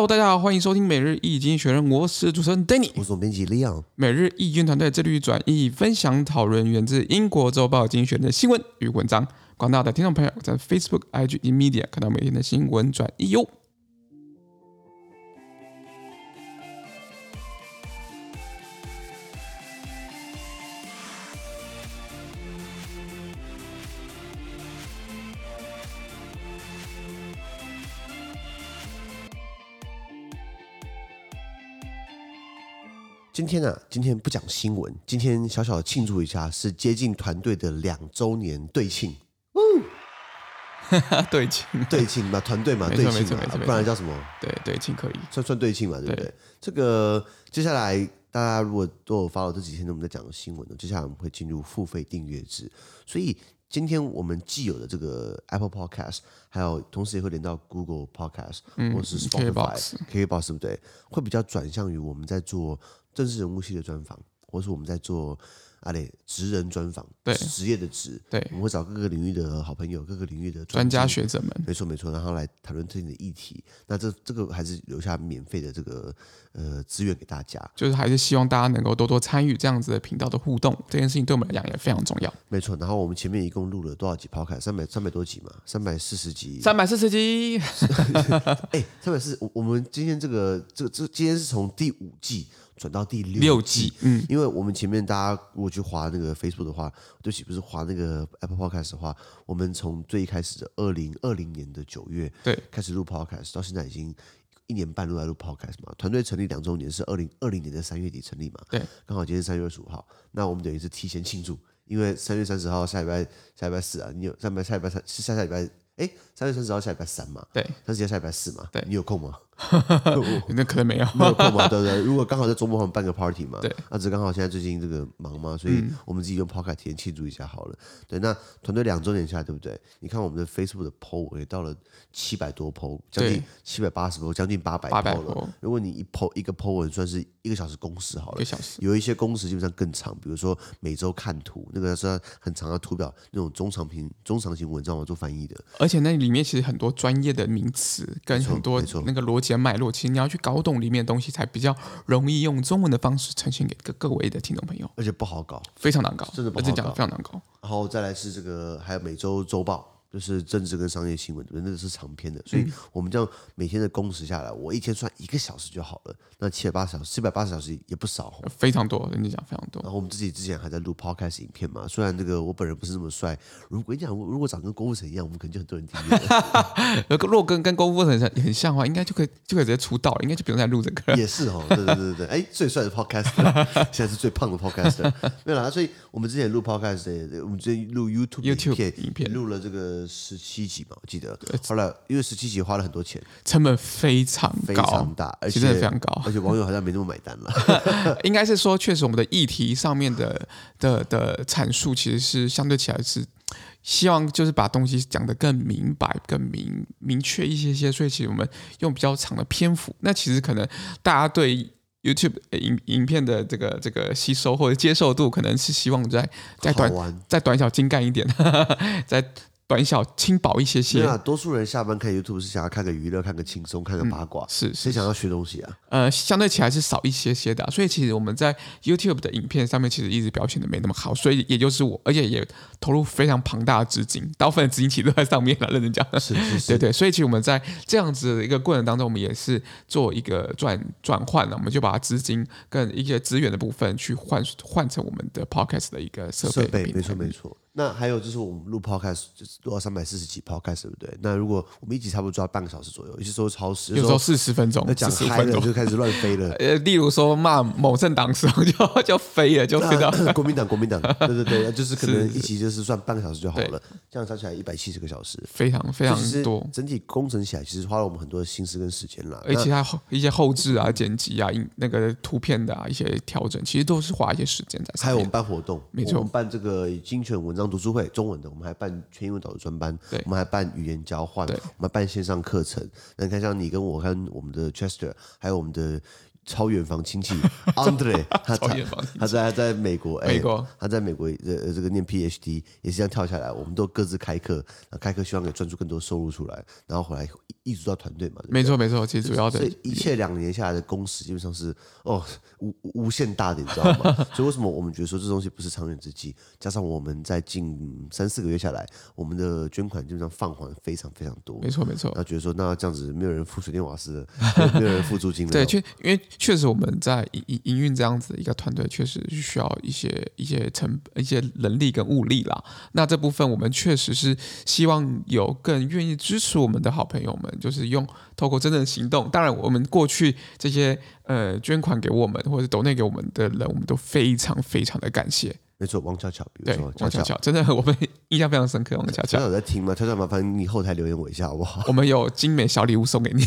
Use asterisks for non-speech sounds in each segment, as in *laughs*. Hello，大家好，欢迎收听每日易经学人，我是主持人 Danny。我总编辑 Leon，每日易经团队致力于转译、分享、讨论源自英国周报精选的新闻与文章。广大的听众朋友在 Facebook、IG 以及 Media 看到每天的新闻转译哟。 *laughs* 今天呢、啊，今天不讲新闻，今天小小的庆祝一下，是接近团队的两周年对庆，啊，对亲，对庆嘛，团队嘛，没对错庆没错没嘛错，没错不然叫什么？对对亲可以。算算对庆嘛，对不对？对这个接下来大家如果都有 follow 这几天我们在讲的新闻呢，接下来我们会进入付费订阅制，所以今天我们既有的这个 Apple Podcast，还有同时也会连到 Google Podcast、或嗯是 Spotify KKBOX、 KKBox，对不对？会比较转向于我们在做政治人物系列专访，或是我们在做。啊嘞，职人专访，对职业的职，对我们会找各个领域的好朋友，各个领域的专家精学者们，没错没错，然后来讨论最近的议题。那这这个还是留下免费的这个呃资源给大家。就是还是希望大家能够多多参与这样子的频道的互动，这件事情对我们来讲也非常重要。没错，然后我们前面一共录了多少集 podcast？三百三百多集嘛，三百四十集。三百四十集，哎，三百四，我我们今天这个这这今天是从第五季转到第六季集，嗯，因为我们前面大家如果去划那个 Facebook 的话，对不起，不是划那个 Apple Podcast 的话，我们从最一开始的二零二零年的九月对开始录 Podcast，到现在已经一年半都在录 Podcast 嘛。团队成立两周年是二零二零年的三月底成立嘛，对，刚好今天三月二十五号，那我们等于是提前庆祝，因为三月三十号下礼拜下礼拜四啊，你有上班下礼拜三是下下礼拜哎三月三十号下礼拜三嘛，对，三十号下礼拜四嘛，对你有空吗？ *laughs* 那可能没有，没有空嘛， *laughs* 对不对？如果刚好在周末我们办个 party 嘛，对，嗯那只是刚好现在最近这个忙嘛，所以我们自己用 Podcast 体验庆祝一下好了。对，那团队两周年下来，对不对？你看我们的 Facebook 的 PO 也到了七百多 PO，将近对七百八十 PO，将近八百800 PO 了 po。如果你一 PO 一个 PO 文算是一个小时工时好一了个。小时，有一些工时基本上更长，比如说每周看图，那个是很长的图表，那种中长篇、中长型文章我做翻译的，而且那里面其实很多专业的名词跟很多没错那个逻辑的脉络，其实你要去搞懂里面的东西，才比较容易用中文的方式呈现给各各位的听众朋友，而且不好搞。非常难搞，真的不而好且讲的搞非常难搞。然后再来是这个，还有每周周报，就是政治跟商业新闻，那个是长篇的，嗯所以我们这样每天的工时下来，我一天算一个小时就好了，那七百八小时，七百八十小时也不少哦。非常多，跟你讲非常多，然后我们自己之前还在录 podcast 影片嘛，虽然这个我本人不是那么帅，如果你讲如果长跟郭富城一样，我们可能就很多人订阅了 *laughs* 如果如果跟跟功夫很像很像的话，应该就可以就可以直接出道了，应该就不用再录这个了。也是哦，对对对对对，哎，最帅的 podcaster 现在是最胖的 podcaster，没有啦，所以我们之前录 podcast，也我们之前录 YouTube 影 YouTube 片，影片录了这个十七集嘛，我记得，后来因为十七集花了很多钱，成本非常非高常，大，而其且实真的非常高。而且网友好像没那么买单了。应该是说，确实我们的议题上面的的的阐述，其实是相对起来是希望就是把东西讲得更明白、更明明确一些些，所以其实我们用比较长的篇幅。那其实可能大家对 YouTube 影影片的这个这个吸收或者接受度，可能是希望在 *laughs* 在好短玩，再短小精干一点， *laughs* 再短小轻薄一些对些。啊，多数人下班看 YouTube 是想要看个娱乐、看个轻松、看个八卦，嗯是谁是，想要学东 *laughs* 西啊？呃，相对起来是少一些些的啊、所以其实我们在 YouTube 的影片上面其实一直表现的没那么好，所以也就是我，而且也投入非常庞大的资金，大部分的资金其实都在上面了，认真讲。是是是，对对，所以其实我们在这样子的一个过程当中，我们也是做一个转转换了，我们就把资金跟一些资源的部分去换换成我们的 Podcast 的一个设设备备平没台错没错。那还有就是我们录 podcast 就是录到三百四十集 podcast 对不对？那如果我们一集差不多抓半个小时左右，有些时候超时，有时候四十分钟那、讲四十五嗨分了钟。就开始乱 *laughs* 飞了。呃，例如说骂某政党的时候就就飞了，就飞到啊国民党，国民 *laughs* 党，对对对，就是可能一集就是算半个小时就好了，这样加起来一百七十个小时，非常非常其实多。呃整体工程起来其实花了我们很多的心思跟时间啦。而且它后一些后置啊、剪辑啊、影那个图片的啊一些调整，其实都是花一些时间在上还有我面们。办活动，没错我们办这个精选文章读书会，中文的，我们还办全英文导读专班，对我们还办语言交换，我们还办线上课程。那你看，像你跟我跟我们的 Chester，还有我们的超远房 *laughs* 亲戚 Andre，他超在远房亲戚他在他在美国，哎美国他在美国这这个念 PhD 也是这样跳下来，我们都各自开课，然后开课希望可以赚出更多收入出来，然后回来一直到团队嘛，对不对没错没错，其实主要的所以一切两年下来的工时基本上是哦无无无限大的，你知道吗？ *laughs* 所以为什么我们觉得说这东西不是长远之计？加上我们在近三四个月下来，我们的捐款基本上放缓非常非常多。没错没错然，后觉得说，那这样子没有人付水电瓦 *laughs* 斯了，没有人付租金了。对，确因为确实我们在营营营运这样子一个团队，确实是需要一些一些成一些人力跟物力啦。那这部分我们确实是希望有更愿意支持我们的好朋友们，就是用透过真正的行动。当然，我们过去这些呃捐款给我们或者抖内给我们的人，我们都非常非常的感谢。没错，王巧巧，比如对说，王巧巧，巧，真的 *laughs* 我们印象非常深刻，王巧巧巧巧。有在听吗？巧巧，麻烦你后台留言我一下好 *laughs* 不好？我们有精美小礼物送给 *laughs* 你，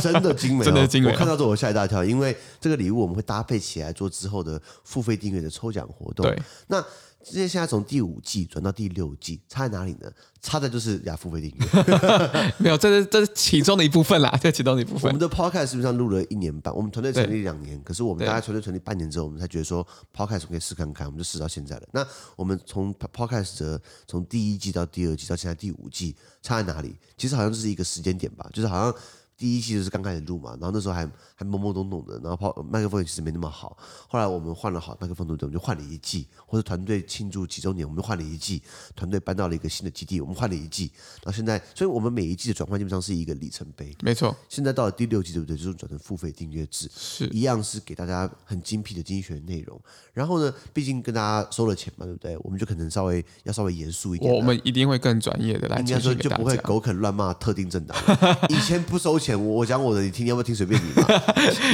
真的精美哦、真的精美哦我看到之后我吓一大跳，因为这个礼物我们会搭配起来做之后的付费订阅的抽奖活动。对，那这现在从第五季转到第六季，差在哪里呢？差在就是亚付费订阅。没有，这是这是其中的一部分啦，这是其中的一部我分们。的 podcast 基本上录了一年半，我们团队成立两年，可是我们对大概团队成立半年之后，我们才觉得说 podcast 可以试看看，我们就试到现在了。那我们从 podcast 的从第一季到第二季到现在第五季，差在哪里？其实好像就是一个时间点吧，就是好像。第一季就是刚开始录嘛，然后那时候还还懵懵懂懂的，然后泡麦克风也其实没那么好。后来我们换了好麦克风，对不对？我们就换了一季，或者团队庆祝几周年，我们就换了一季。团队搬到了一个新的基地，我们换了一季。然后现在，所以我们每一季的转换基本上是一个里程碑。没错，现在到了第六季，对不对？就是转成付费订阅制，是一样是给大家很精辟的经济学内容。然后呢，毕竟跟大家收了钱嘛，对不对？我们就可能稍微要稍微严肃一点啊。我们一定会更专业的来应解该释说给就大不会家。狗啃乱骂特定政党了。 *laughs* 以前不收钱，我我讲我的，你听，你要不要听随便你嘛。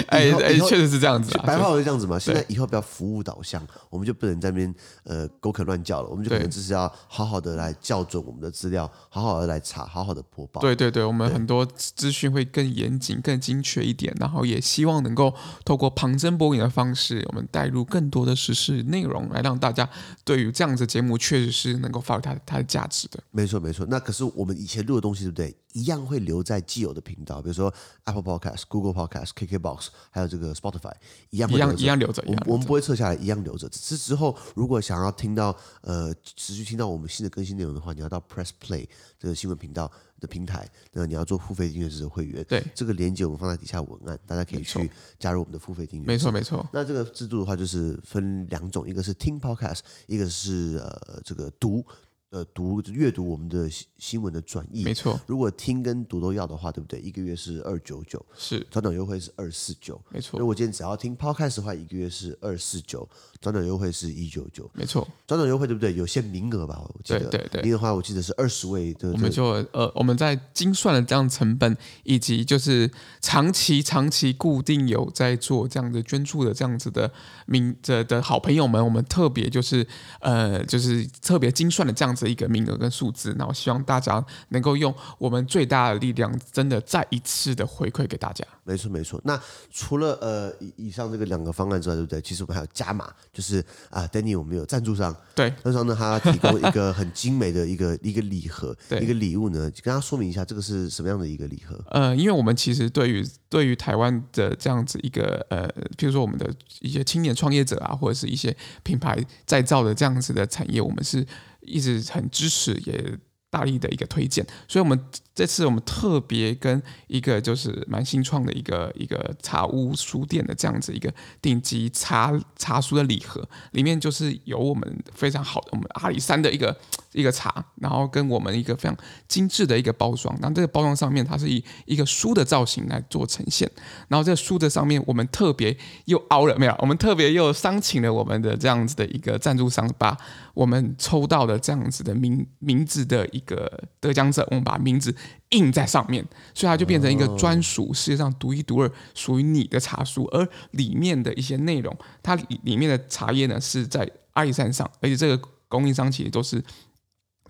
哎以后哎，以后确实 *laughs* 是这样子就啊。白确话实文是这样子嘛。现在以后不要服务导向，我们就不能在那边呃狗啃乱叫了，我们就可能对就是要好好的来校准我们的资料，好好的来查，好好的播报。对对对，我们很多资讯会更严谨、更精确一点，然后也希望能够透过旁征博引的方式，我们带入更多的时事内容，来让大家对于这样子的节目确实是能够发挥它它的价值的。没错，没错。那可是我们以前录的东西，对不对？一样会留在既有的频道，比如说 Apple Podcast、Google Podcast、KKBox，还有这个 Spotify，一样会一样留着一样留着我一们样我们不会撤下来，一样留着。只是之后如果想要听到呃持续听到我们新的更新内容的话，你要到 Press Play 这个新闻频道的平台，那你要做付费订阅制的会员。对这个链接我们放在底下文案，大家可以去加入我们的付费订阅制。没错没错，那这个制度的话，就是分两种，一个是听 podcast，一个是呃这个读，呃读阅读我们的新新闻的转译没。错如果听跟读都要的话，对不对？一个月是二九九，是转转优惠是二四九。没如错果今天只要听 podcast 的话，一个月是二四九，转转优惠是一九九。没错，转转优惠对不对？有限名额吧，我记对得。对对名。额的话，我记得是二十位的。我我们就呃，我们在精算了这样成本，以及就是长期长期固定有在做这样的捐助的这样子的名的的好朋友们，我们特别就是呃，就是特别精算了这样子一个名额跟数字，然后希望大家能够用我们最大的力量，真的再一次的回馈给大家。没错没错。那除了呃以以上这个两个方案之外，对不对？其实我们还有加码，就是啊、d a n n y 我们有赞助商，对，那时候呢，他提供一个很精美的一个 *laughs* 一个礼盒，对一个礼物呢，跟他说明一下这个是什么样的一个礼盒。呃，因为我们其实对于对于台湾的这样子一个呃，譬如说我们的一些青年创业者啊，或者是一些品牌再造的这样子的产业，我们是一直很支持，也大力的一个推荐。所以，我们这次我们特别跟一个就是蛮新创的一个一个茶屋书店的这样子一个顶级茶茶书的礼盒，里面就是有我们非常好的我们阿里山的一个一个茶，然后跟我们一个非常精致的一个包装，然后这个包装上面它是以一个书的造型来做呈现，然后这个书的上面我们特别又凹了没有？我们特别又商请了我们的这样子的一个赞助商，把我们抽到的这样子的名名字的一个呃得奖者，我们把名字印在上面，所以它就变成一个专属世界上独一无二属于你的茶书，而里面的一些内容，它里里面的茶叶呢是在阿里山上，而且这个供应商其实都是。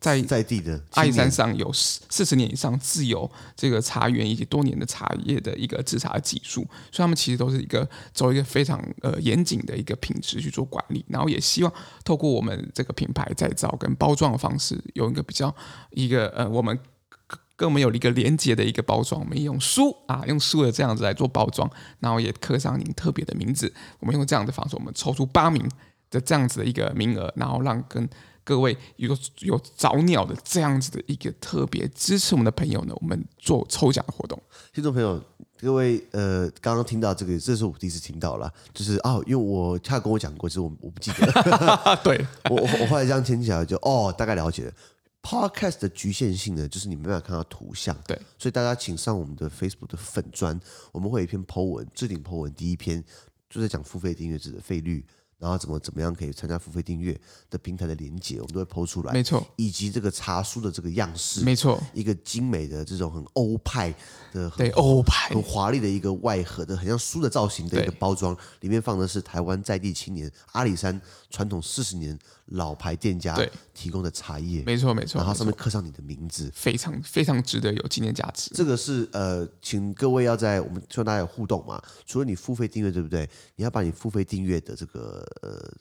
在在地的嗯阿里山青上有四四十年以上自有这个茶园以及多年的茶叶的一个制茶技术，所以他们其实都是一个走一个非常呃严谨的一个品质去做管理，然后也希望透过我们这个品牌再造跟包装的方式，有一个比较一个呃我们跟我们有了一个连接的一个包装，我们用书啊，用书的这样子来做包装，然后也刻上您特别的名字。我们用这样的方式，我们抽出八名的这样子的一个名额，然后让跟各位有有早鸟的这样子的一个特别支持我们的朋友呢，我们做抽奖的活动。听众朋友，各位呃，刚刚听到这个，这是我第一次听到了，就是哦，因为我他有跟我讲过，只是我我不记得，啊，对， *laughs* 我我我后来这样听起来就哦，大概了解了。Podcast 的局限性呢，就是你没办法看到图像，对，所以大家请上我们的 Facebook 的粉砖，我们会有一篇 Po 文，置顶 Po 文第一篇就在讲付费订阅制的费率，然后怎么怎么样可以参加付费订阅的平台的连接，我们都会 Po 出来，没错，以及这个茶书的这个样式，没错，一个精美的这种很欧派的很对，欧派很华丽的一个外盒的，很像书的造型的一个对包装，里面放的是台湾在地青年阿里山传统四十年老牌店家对提供的茶叶，没错，没错，然后没上错面刻上你的名字。非常非常值得有纪念价值。这个是呃，请各位要在我们希望大家有互动嘛。除了你付费订阅，对不对？你要把你付费订阅的这个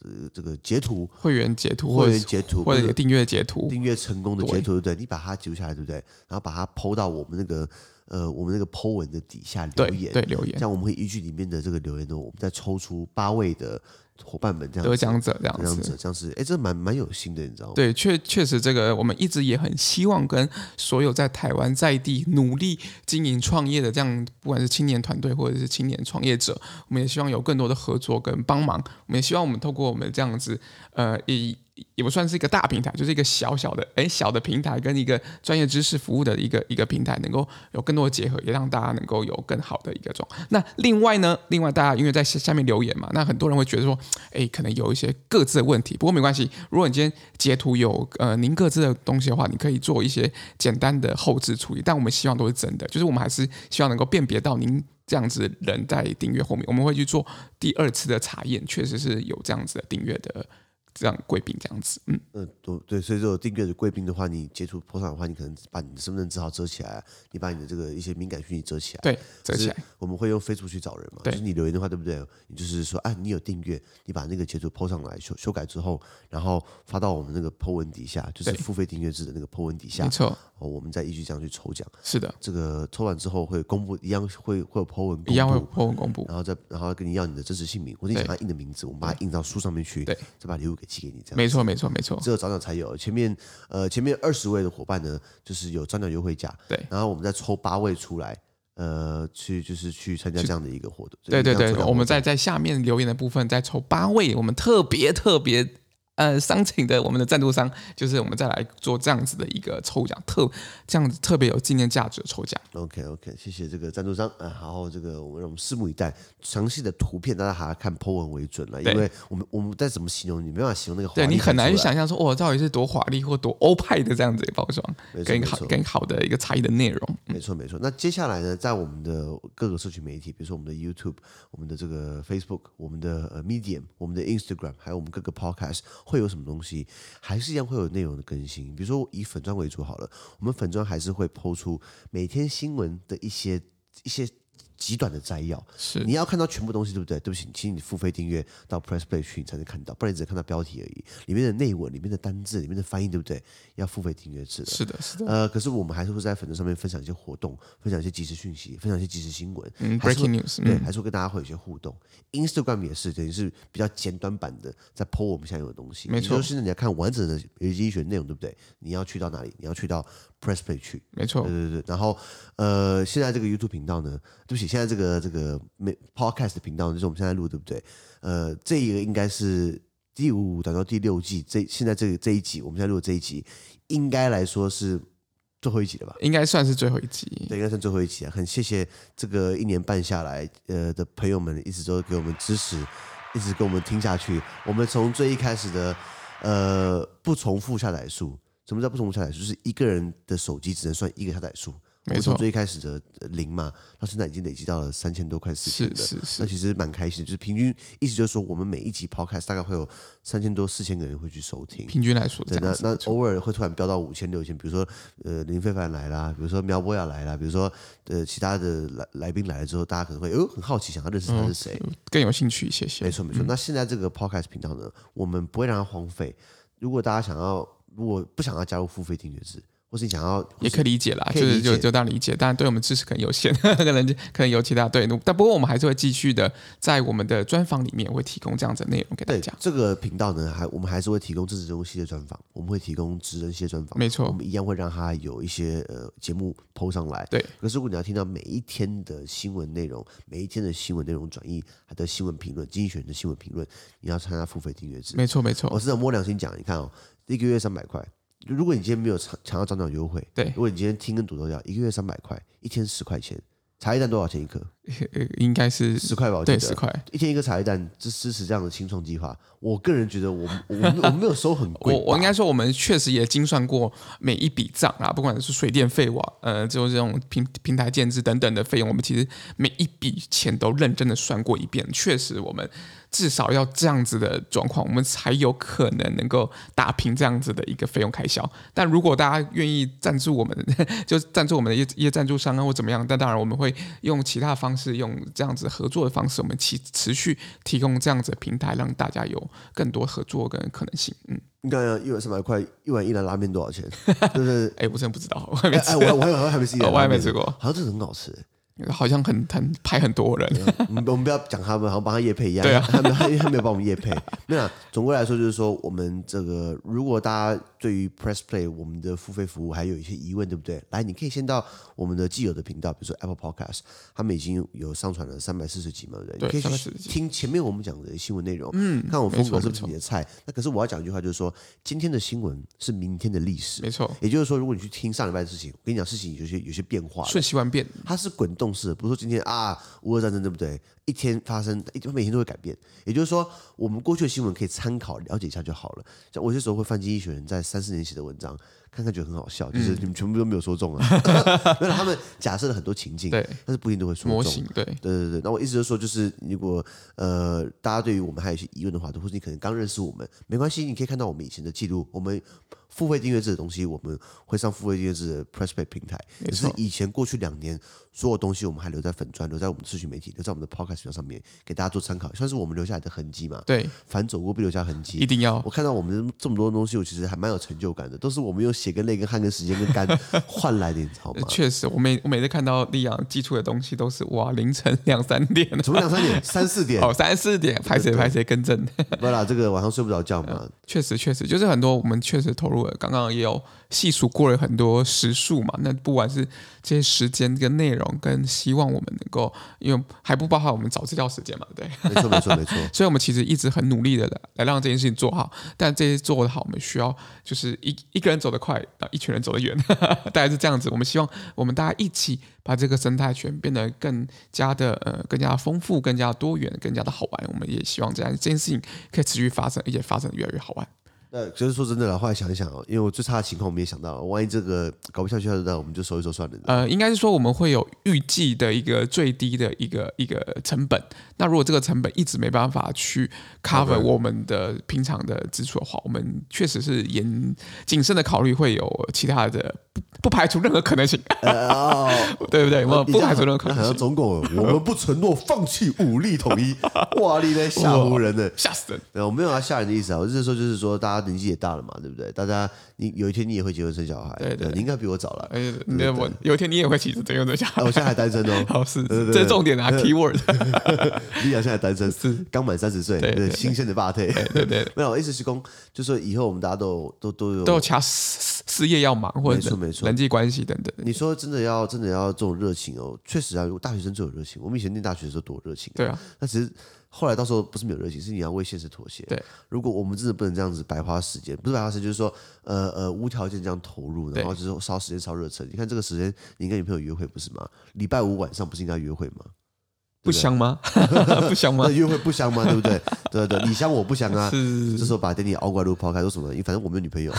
呃这个截图，会员截图，会或者员截图或者你不是的订阅截图，订阅成功的截图，对不对？你把它截图下来，对不对？然后把它抛到我们那个呃我们那个 Po 文的底下留对言，对留这言样我们会依据里面的这个留言呢，我们再抽出八位的伙伴们这样得子奖者这样这样子。子，这样子，哎，这蛮蛮有心的，你知道吗？对，确确实，这个我们一直也很希望跟所有在台湾在地努力经营创业的这样，不管是青年团队或者是青年创业者，我们也希望有更多的合作跟帮忙。我们也希望我们透过我们这样子，呃，以也不算是一个大平台，就是一个小小的，哎，小的平台跟一个专业知识服务的一个一个平台，能够有更多的结合，也让大家能够有更好的一个状。那另外呢，另外大家因为在下下面留言嘛，那很多人会觉得说，哎，可能有一些各自的问题，不过没关系，如果你今天截图有呃您各自的东西的话，你可以做一些简单的后置处理，但我们希望都是真的，就是我们还是希望能够辨别到您。这样子的人在订阅后面，我们会去做第二次的查验，确实是有这样子的订阅的这样贵宾这样子，嗯，嗯，对对，所以说有订阅的贵宾的话，你截图 po 上的话，你可能把你的身份证字号遮起来，你把你的这个一些敏感讯息遮起来。对，折就是起来，我们会用 Facebook 去找人嘛，就对是你留言的话，对不对？你就是说，啊，你有订阅，你把那个截图 po 上来，修修改之后，然后发到我们那个 po 文底下，就是对付费订阅制的那个 po 文底下没，错，哦，我们再依据这样去抽奖。是的，这个抽完之后会公布，一样会会有 po 文公布，一样会破文公布，然后再然后跟你要你的真实姓名，或者你想要印的名字，我们把它印到书上面去，对再把礼物给寄给你，这样没错，没错，没错，只有早鸟才有。前面呃前面二十位的伙伴呢，就是有早鸟优惠价，对然后我们再抽八位出来，呃，去就是去参加这样的一个活动。对对这对，样的我们活动在在下面留言的部分再抽八位，我们特别特别呃商请的我们的赞助商，就是我们再来做这样子的一个抽奖，特这样子特别有纪念价值的抽奖。 OK OK，谢谢这个赞助商啊，然后这个我们让我们拭目以待，详细的图片大家还要看 Po 文为准了，因对为我们我们再怎么形容，你没办法形容那个华对丽你很难去感出来想象说，哇，到底是多华丽或多欧派的这样子的包装没，错跟没好错跟好的一个差异的内容。没错没错。那接下来呢，在我们的各个社群媒体，比如说我们的 YouTube、我们的这个 Facebook、我们的呃 Medium、我们的 Instagram，还有我们各个 Podcast，会有什么东西？还是一样会有内容的更新。比如说以粉砖为主好了，我们粉砖还是会抛出每天新闻的一些一些。极短的摘要，是你要看到全部东西，对不对？对不起，请你付费订阅到 Press Play 去，你才能看到，不然你只能看到标题而已。里面的内文、里面的单字、里面的翻译，对不对？要付费订阅制的。是的，是的，呃，可是我们还是会在粉丝上面分享一些活动，分享一些即时讯息，分享一些即时新闻，嗯还是会，breaking news，对，嗯还是会跟大家会有一些互动。Instagram 也是，等于是比较简短版的，在 po 我们现在有的东西。没也就是错现在你要看完整的有机医学内容，对不对？你要去到哪里？你要去到 Press Play 去。没错对，对对，然后呃，现在这个 YouTube 频道呢，对不起，现在这个这个没 Podcast 的频道呢就是我们现在录，对不对？呃，这一个应该是第五讲到第六季，这现在这个这一集，我们现在录的这一集，应该来说是最后一集了吧？应该算是最后一集。对，应该算最后一集啊！很谢谢这个一年半下来，呃的朋友们一直都给我们支持，一直跟我们听下去。我们从最一开始的呃不重复下载数，什么叫不重复下载数？就是一个人的手机只能算一个下载数。我们没错从最一开始的呃零嘛，到现在已经累积到了三千多块四千是的，是那是，其实蛮开心的。就是平均意思就是说，我们每一集 podcast 大概会有三千多四千个人会去收听。平均来说这对，样那子那没错，偶尔会突然飙到五千六千，比如说呃林非凡来啦，比如说苗博雅来啦，比如说呃其他的来来宾来了之后，大家可能会哦很好奇，想要认识嗯他是谁。更有兴趣一些些没。错没错。那现在这个 podcast 频道呢，我们不会让它荒废。如果大家想要，如果不想要加入付费订阅制，或是你想要也可以理解啦，可就以理是解就就当然理解，当然对我们支持可能有限， *laughs* 可能可能有其他对路，但不过我们还是会继续的在我们的专访里面会提供这样子的内容给大对家。这个频道呢，还我们还是会提供政治人物系列专访，我们会提供职人系列专访，没我错，们一样会让他有一些呃节目抛上来。对，可是如果你要听到每一天的新闻内容，每一天的新闻内容转译，还的新闻评论，精选的新闻评论，你要参加付费订阅制。没错，没我错，是想摸良心讲，你看哦，一个月三百块，如果你今天没有抢抢到长短优惠，对 *laughs* 如果你今天听跟读都要，一个月三百块，一天十块钱，茶叶蛋多少钱一颗？呃应该是十块吧，我记对得十块。一天一个茶叶蛋，支支持这样的新创计划，我个人觉得我 *laughs* 我们我们没有收很贵我吧，我应该说，我们确实也精算过每一笔账啦，不管是水电费、网呃，就这种平平台建制等等的费用，我们其实每一笔钱都认真的算过一遍。确实，我们至少要这样子的状况，我们才有可能能够打平这样子的一个费用开销。但如果大家愿意赞助我们， *laughs* 就赞助我们的一些一些赞助商啊，或怎么样，但当然我们会用其他方式，用这样子合作的方式，我们持持续提供这样子的平台，让大家有更多合作跟可能性。嗯。你看啊一碗三百块，一碗一兰拉面多 *laughs* 少钱？就是哎、我真的不知道，我还没哎吃，哎，我还我还我还没吃一兰拉面，哦我还没吃过，好像真的很好吃。 *laughs* 好像很很排很多人。我们我们不要讲他们，好像帮他夜配一样，对啊他没有他他没有帮我们夜 *laughs* 配。没有啦，总归来说就是说，我们这个如果大家对于 Press Play 我们的付费服务还有一些疑问，对不对？来，你可以先到我们的既有的频道，比如说 Apple Podcast，他们已经有上传了三百四十集嘛，对不对？对你可以去340集听前面我们讲的新闻内容，嗯，看我风格是不是你的菜。那可是我要讲一句话，就是说今天的新闻是明天的历史。 *laughs* 没错，也就是说，如果你去听上礼拜的事情，我跟你讲，事情有些有些变化了，瞬息万变，它是滚动式的，不是说今天啊，乌俄战争对不对？一天发生，一每天都会改变。也就是说，我们过去的新闻可以参考了解一下就好了。像我有些时候会翻经济学人在三四年写的文章，看看觉得很好笑，就是你们全部都没有说中啊。 *laughs* 没有啦，他们假设了很多情境，对，但是不一定都会说中。模型对，对对对，那我意思就是说，就是如果呃大家对于我们还有一些疑问的话，或者你可能刚认识我们，没关系，你可以看到我们以前的记录。我们付费订阅制的东西，我们会上付费订阅制的 PressPay 平台。没只是错以前过去两年，所有东西我们还留在粉砖，留在我们的社群媒体，留在我们的 Podcast 频道上面，给大家做参考，算是我们留下来的痕迹嘛。对，反走过必留下痕迹一。定要我看到我们这么多东西，我其实还蛮有成就感的，都是我们用血跟泪、跟汗、跟时间、跟肝 *laughs* 换来的，你知道吗？确实，我每我每次看到丽阳寄出的东西都是哇，凌晨两三 *laughs* 点，怎么两三点、三四点？哦，三四点，拍谁拍谁更正。 *laughs* 不啦，这个晚上睡不着觉嘛，确实，确实，就是很多我们确实投入了，刚刚也有细数过了很多时数嘛。那不管是这些时间跟内容，跟希望我们能够，因为还不包含我们找资料时间嘛，对。没错，没错， *laughs* 没错。所以我们其实一直很努力的来来让这件事情做好，但这些做得好，我们需要就是一一个人走得快，然后一群人走得远， *laughs* 大概是这样子。我们希望我们大家一起把这个生态圈变得更加的呃更加丰富、更加多元、更加的好玩。我们也希望这样这件事情可以持续发生，而且发生得越来越好玩。那就是说真的啦，后来想一想哦，因为我最差的情况我们也想到了，万一这个搞不下去了，那我们就收一收算了。呃，应该是说我们会有预计的一个最低的一个一个成本。那如果这个成本一直没办法去 cover 我们的平常的支出的话，我们确实是严谨慎的考虑，会有其他的不不排除任何可能 *laughs* 性，呃哦，对不对？我们你不这样排除任何可那好能性，像中共哦，我们不承诺放弃武力统一，哇，你在吓唬人 *laughs* 呢。吓死人！对，我没有要吓人的意思啊，我就是说，就是说，大家年纪也大了嘛，对不对？大家，你有一天你也会结婚生小孩，对对你应该比我早了。而且哎你我有一天你也会起这样的想哎，我现在还单身哦， *laughs* 好是，对对这是重点啊，keyword。李想现在单身，刚满三十岁，对对对，对新鲜的霸退。对对， *laughs* 没有，我意思是公，就说以后我们大家都有都都有都有其他事事业要忙，或没错者没错人际关系等等。你说真的要真的要这种热情哦，确实啊，我大学生最有热情。我们以前念大学的时候多有热情、对啊，那只是后来到时候不是没有热情，是你要为现实妥协。对，如果我们真的不能这样子白花时间，不是白花时间，就是说呃呃无条件这样投入，然后就是烧时间烧热忱。你看这个时间，你跟女朋友约会不是吗？礼拜五晚上不是应该约会吗？不香 *laughs* 吗？不香吗那？约会不 *laughs* 香吗？对不对？对对，对你香我不香啊。是这时候把 Danny 熬过来路抛开，说什么？因为反正我没有女朋友。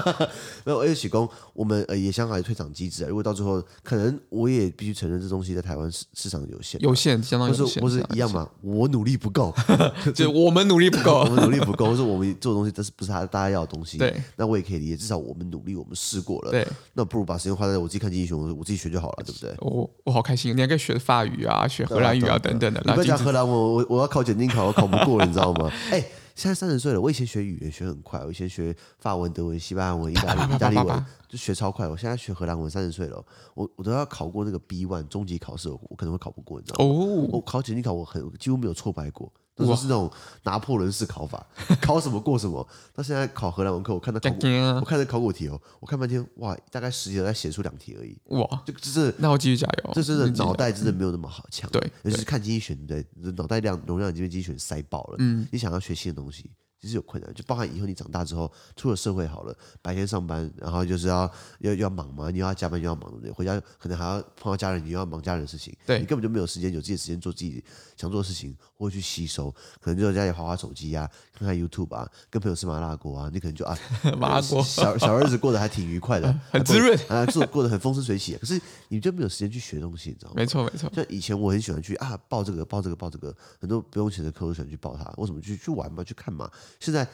*laughs* 没有，而且许工，我们呃也想好退场机制啊。如果到最后，可能我也必须承认，这东西在台湾市市场有限，有限，相当不有限，是不是相当一样嘛？我努力不够， *laughs* 就是我们努力不 *laughs* 我够。们努力不够，或者我们做的东西，但是不是他大家要的东西。对，那我也可以理解，至少我们努力，我们试过 *laughs* 了。对，那不如把时间花在我自己看经济学，我自己学就好了，对不对？我我好开心，你还可以学法语啊，学荷兰语啊等等的。你然后不要精讲致荷兰文，我我我要考检定考，我考不过，你知道吗？哎、 *laughs* 现在三十岁了，我以前学语言学很快，我以前学法文、德文、西班牙文、意 *laughs* 啪大啪利啪意大利啪啪文啪就学超快。我现在学荷兰文，三十岁了，我我都要考过那个 B one 终极考试，我我可能会考不过，你知道吗？哦，我考简历考我很几乎没有挫败过，都是那种拿破仑式考法，考什么过什么。到现在考荷兰文课，我看他考干古，干啊我看他考古题哦，我看半天，哇，大概十题才写出两题而已，哇，就就是那我继续加油。这真的你继续脑袋真的没有那么好强，嗯对尤其对是看精英选，对不对，脑袋量容量已经被精英选塞爆了。嗯，你想要学新的东西，其实有困难，就包含以后你长大之后出了社会好了，白天上班，然后就是要要要忙嘛，你又要加班又要忙，对不对？回家可能还要碰到家人，你又要忙家人的事情，对你根本就没有时间有自己的时间做自己想做的事情，或者去吸收，可能就在家里划划手机啊，看看 YouTube 啊，跟朋友吃麻辣锅啊，你可能就啊 *laughs* 麻辣锅小小日子过得还挺愉快的， *laughs* 很滋润还过得啊，做过得很风生水起，可是你就没有时间去学东西，你知道吗？没错没错，像以前我很喜欢去啊报这个报这个报这个，很多不用钱的课我都喜欢去报它。为什么去去玩嘛，去看嘛？现在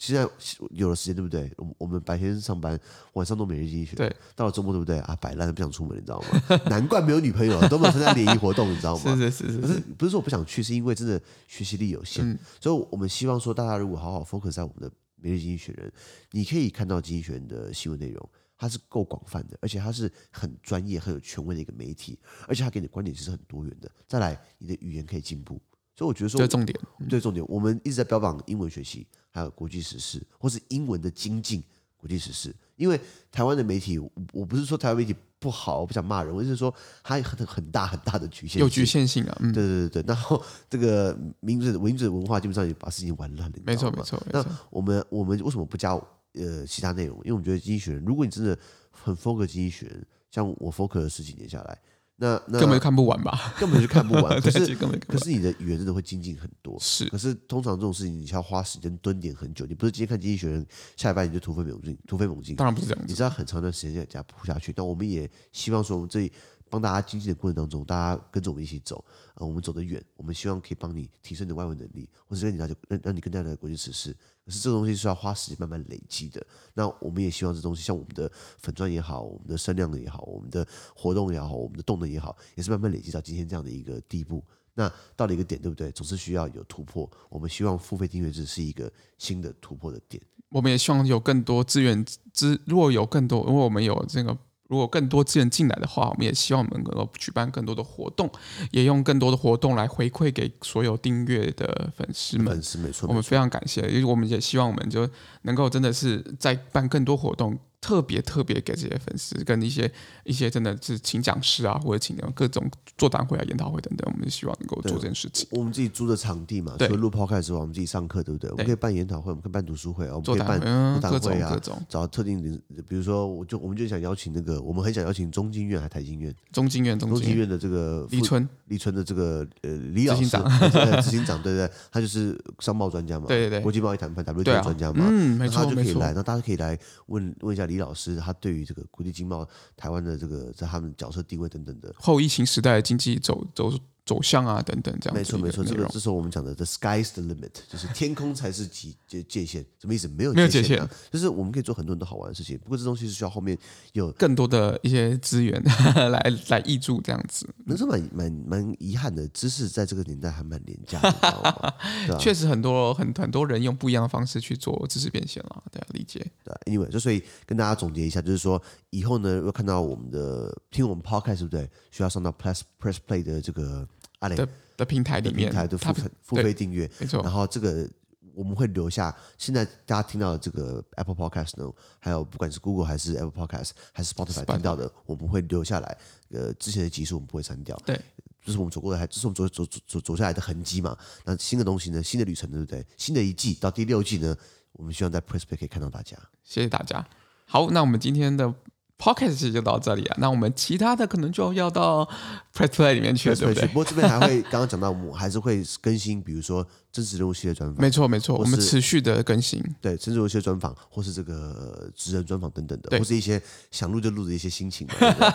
现在有了时间，对不对？我们我们白天上班，晚上弄每日精选，对，到了周末，对不对啊？摆烂不想出门，你知道吗？难怪没有女朋友，都没有参加联谊活动，你知道吗？ *laughs* 是是是是嗯可是不是说我不想去，是因为真的学习力有限，所以我们希望说大家如果好好 focus 在我们的每日经济学人，你可以看到经济学人的新闻内容，它是够广泛的，而且它是很专业、很有权威的一个媒体，而且它给你的观点其实很多元的。再来，你的语言可以进步，所以我嗯觉得说这是重点。对，重点我们一直在标榜英文学习，还有国际时事，或是英文的精进国际时事。因为台湾的媒体，我我不是说台湾媒体不好，我不想骂人，我就是说它很很大很大的局限性，有局限性啊，嗯，对对 *laughs* 对对，然后这个民主民主文化基本上也把事情玩烂了，你知没错道吗没错没那错，我们我们为什么不加呃其他内容？因为我们觉得经济学人，如果你真的很 focus 经济学人，像我 focus 了十几年下来，那那根本就看不完吧？根本就看不完。可 *laughs* 对，其是实根本就看可不完。是你的语言真的会精进很多。是可是通常这种事情，你需要花时间蹲点很久。你不是今天看经济学人，下礼拜你就突飞猛进，突飞猛进。当然不是这样你子，知道很长一段时间给大家铺下去。但我们也希望说，我们这里帮大家精进的过程当中，大家跟着我们一起走，呃，我们走得远，我们希望可以帮你提升你的外文能力，或者让你了解让让你更加了解国际时事。可是这个东西是要花时间慢慢累积的。那我们也希望这东西，像我们的粉钻也好，我们的声量也好，我们的活动也好，我们的动能也好，也是慢慢累积到今天这样的一个地步。那到了一个点，对不对？总是需要有突破。我们希望付费订阅制是一个新的突破的点。我们也希望有更多资源资，如果有更多，如果我们有这个。如果更多资源进来的话，我们也希望我们能够举办更多的活动，也用更多的活动来回馈给所有订阅的粉丝们粉。丝没错，我没们错非常感谢，因为我们也希望我们就能够真的是再办更多活动，特别特别给这些粉丝跟一些一些真的是请讲师啊，或者请各种座谈会啊、研讨会等等，我们希望能够做这件事情。我们自己租的场地嘛，除对了录 podcast 之外，我们自己上课，对不对？我们可以办研讨会，我们可以办读书会，我们可座以谈办会嗯座谈各种会啊各种，找特定人，比如说，我就我们就想邀请那个，我们很想邀请中经院还台经院，中经院，中中经经院，院的这个立副春，立春的这个呃李执老行师，长呃执行长，对对，对他就是商贸专家嘛，对对对国际贸易谈判对 WTO 啊专家嘛，嗯，没那他错就可没以错，来，那大家可以来问问一下李老师，他对于这个国际经贸、台湾的这个在他们角色定位等等的，后疫情时代的经济走走走向啊等等这样没子错一没错，内这个容。这是我们讲的 the sky's the limit，就是天空才是极界界限，什么意思？没有没有界限、啊，就是我们可以做很多很多好玩的事情。不过这东西是需要后面有，更多的一些资源 *laughs* 来来挹注这样子，那是蛮蛮蛮遗憾的，知识在这个年代还蛮廉价的，你知道吗？对啊确实很多很很多人用不一样的方式去做知识变现了，对啊，理解。对啊，anyway，就所以跟大家总结一下，就是说以后呢，如果看到我们的听我们 podcast，对不对？需要上到 press press play 的这个阿雷的的平台里的平面，台的付它哦费付费订阅，没错然，后这个我们会留下，现在大家听到的这个 Apple Podcast 呢，还有不管是 Google 还是 Apple Podcast 还是 Spotify 听到的，我们会留下来。呃，之前的集数我们不会删掉，对，这是我们走过的，还这是我们走走走走走下来的痕迹嘛。那新的东西呢，新的旅程，对不对？新的一季到第六季呢，我们希望在 Press Play 可以看到大家。谢谢大家。好，那我们今天的 podcast 就到这里啊，那我们其他的可能就要到 Press Play 里面去了，对 Press 不对 Play 去不？过这边还会刚刚讲到，我们还是会更新，比如说真实人物系 *laughs* 列专访，没错，没错，我们持续的更新，对，甚至有一些专访，或是这个呃职人专访等等的，对或是一些想录就录的一些心情嘛。对不对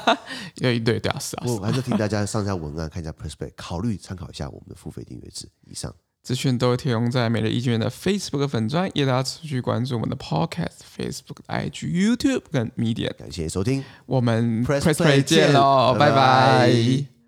对对对啊，是啊，我是啊还是提大家上一下文案，看一下 Prospect，考虑参考一下我们的付费订阅制。以上，资讯都会提供在每日意见的 Facebook 粉专，也大家持续关注我们的 podcast、Facebook、IG、YouTube 跟 Media。感谢收听。我们 Press Press Play Play 见喽，见拜拜拜拜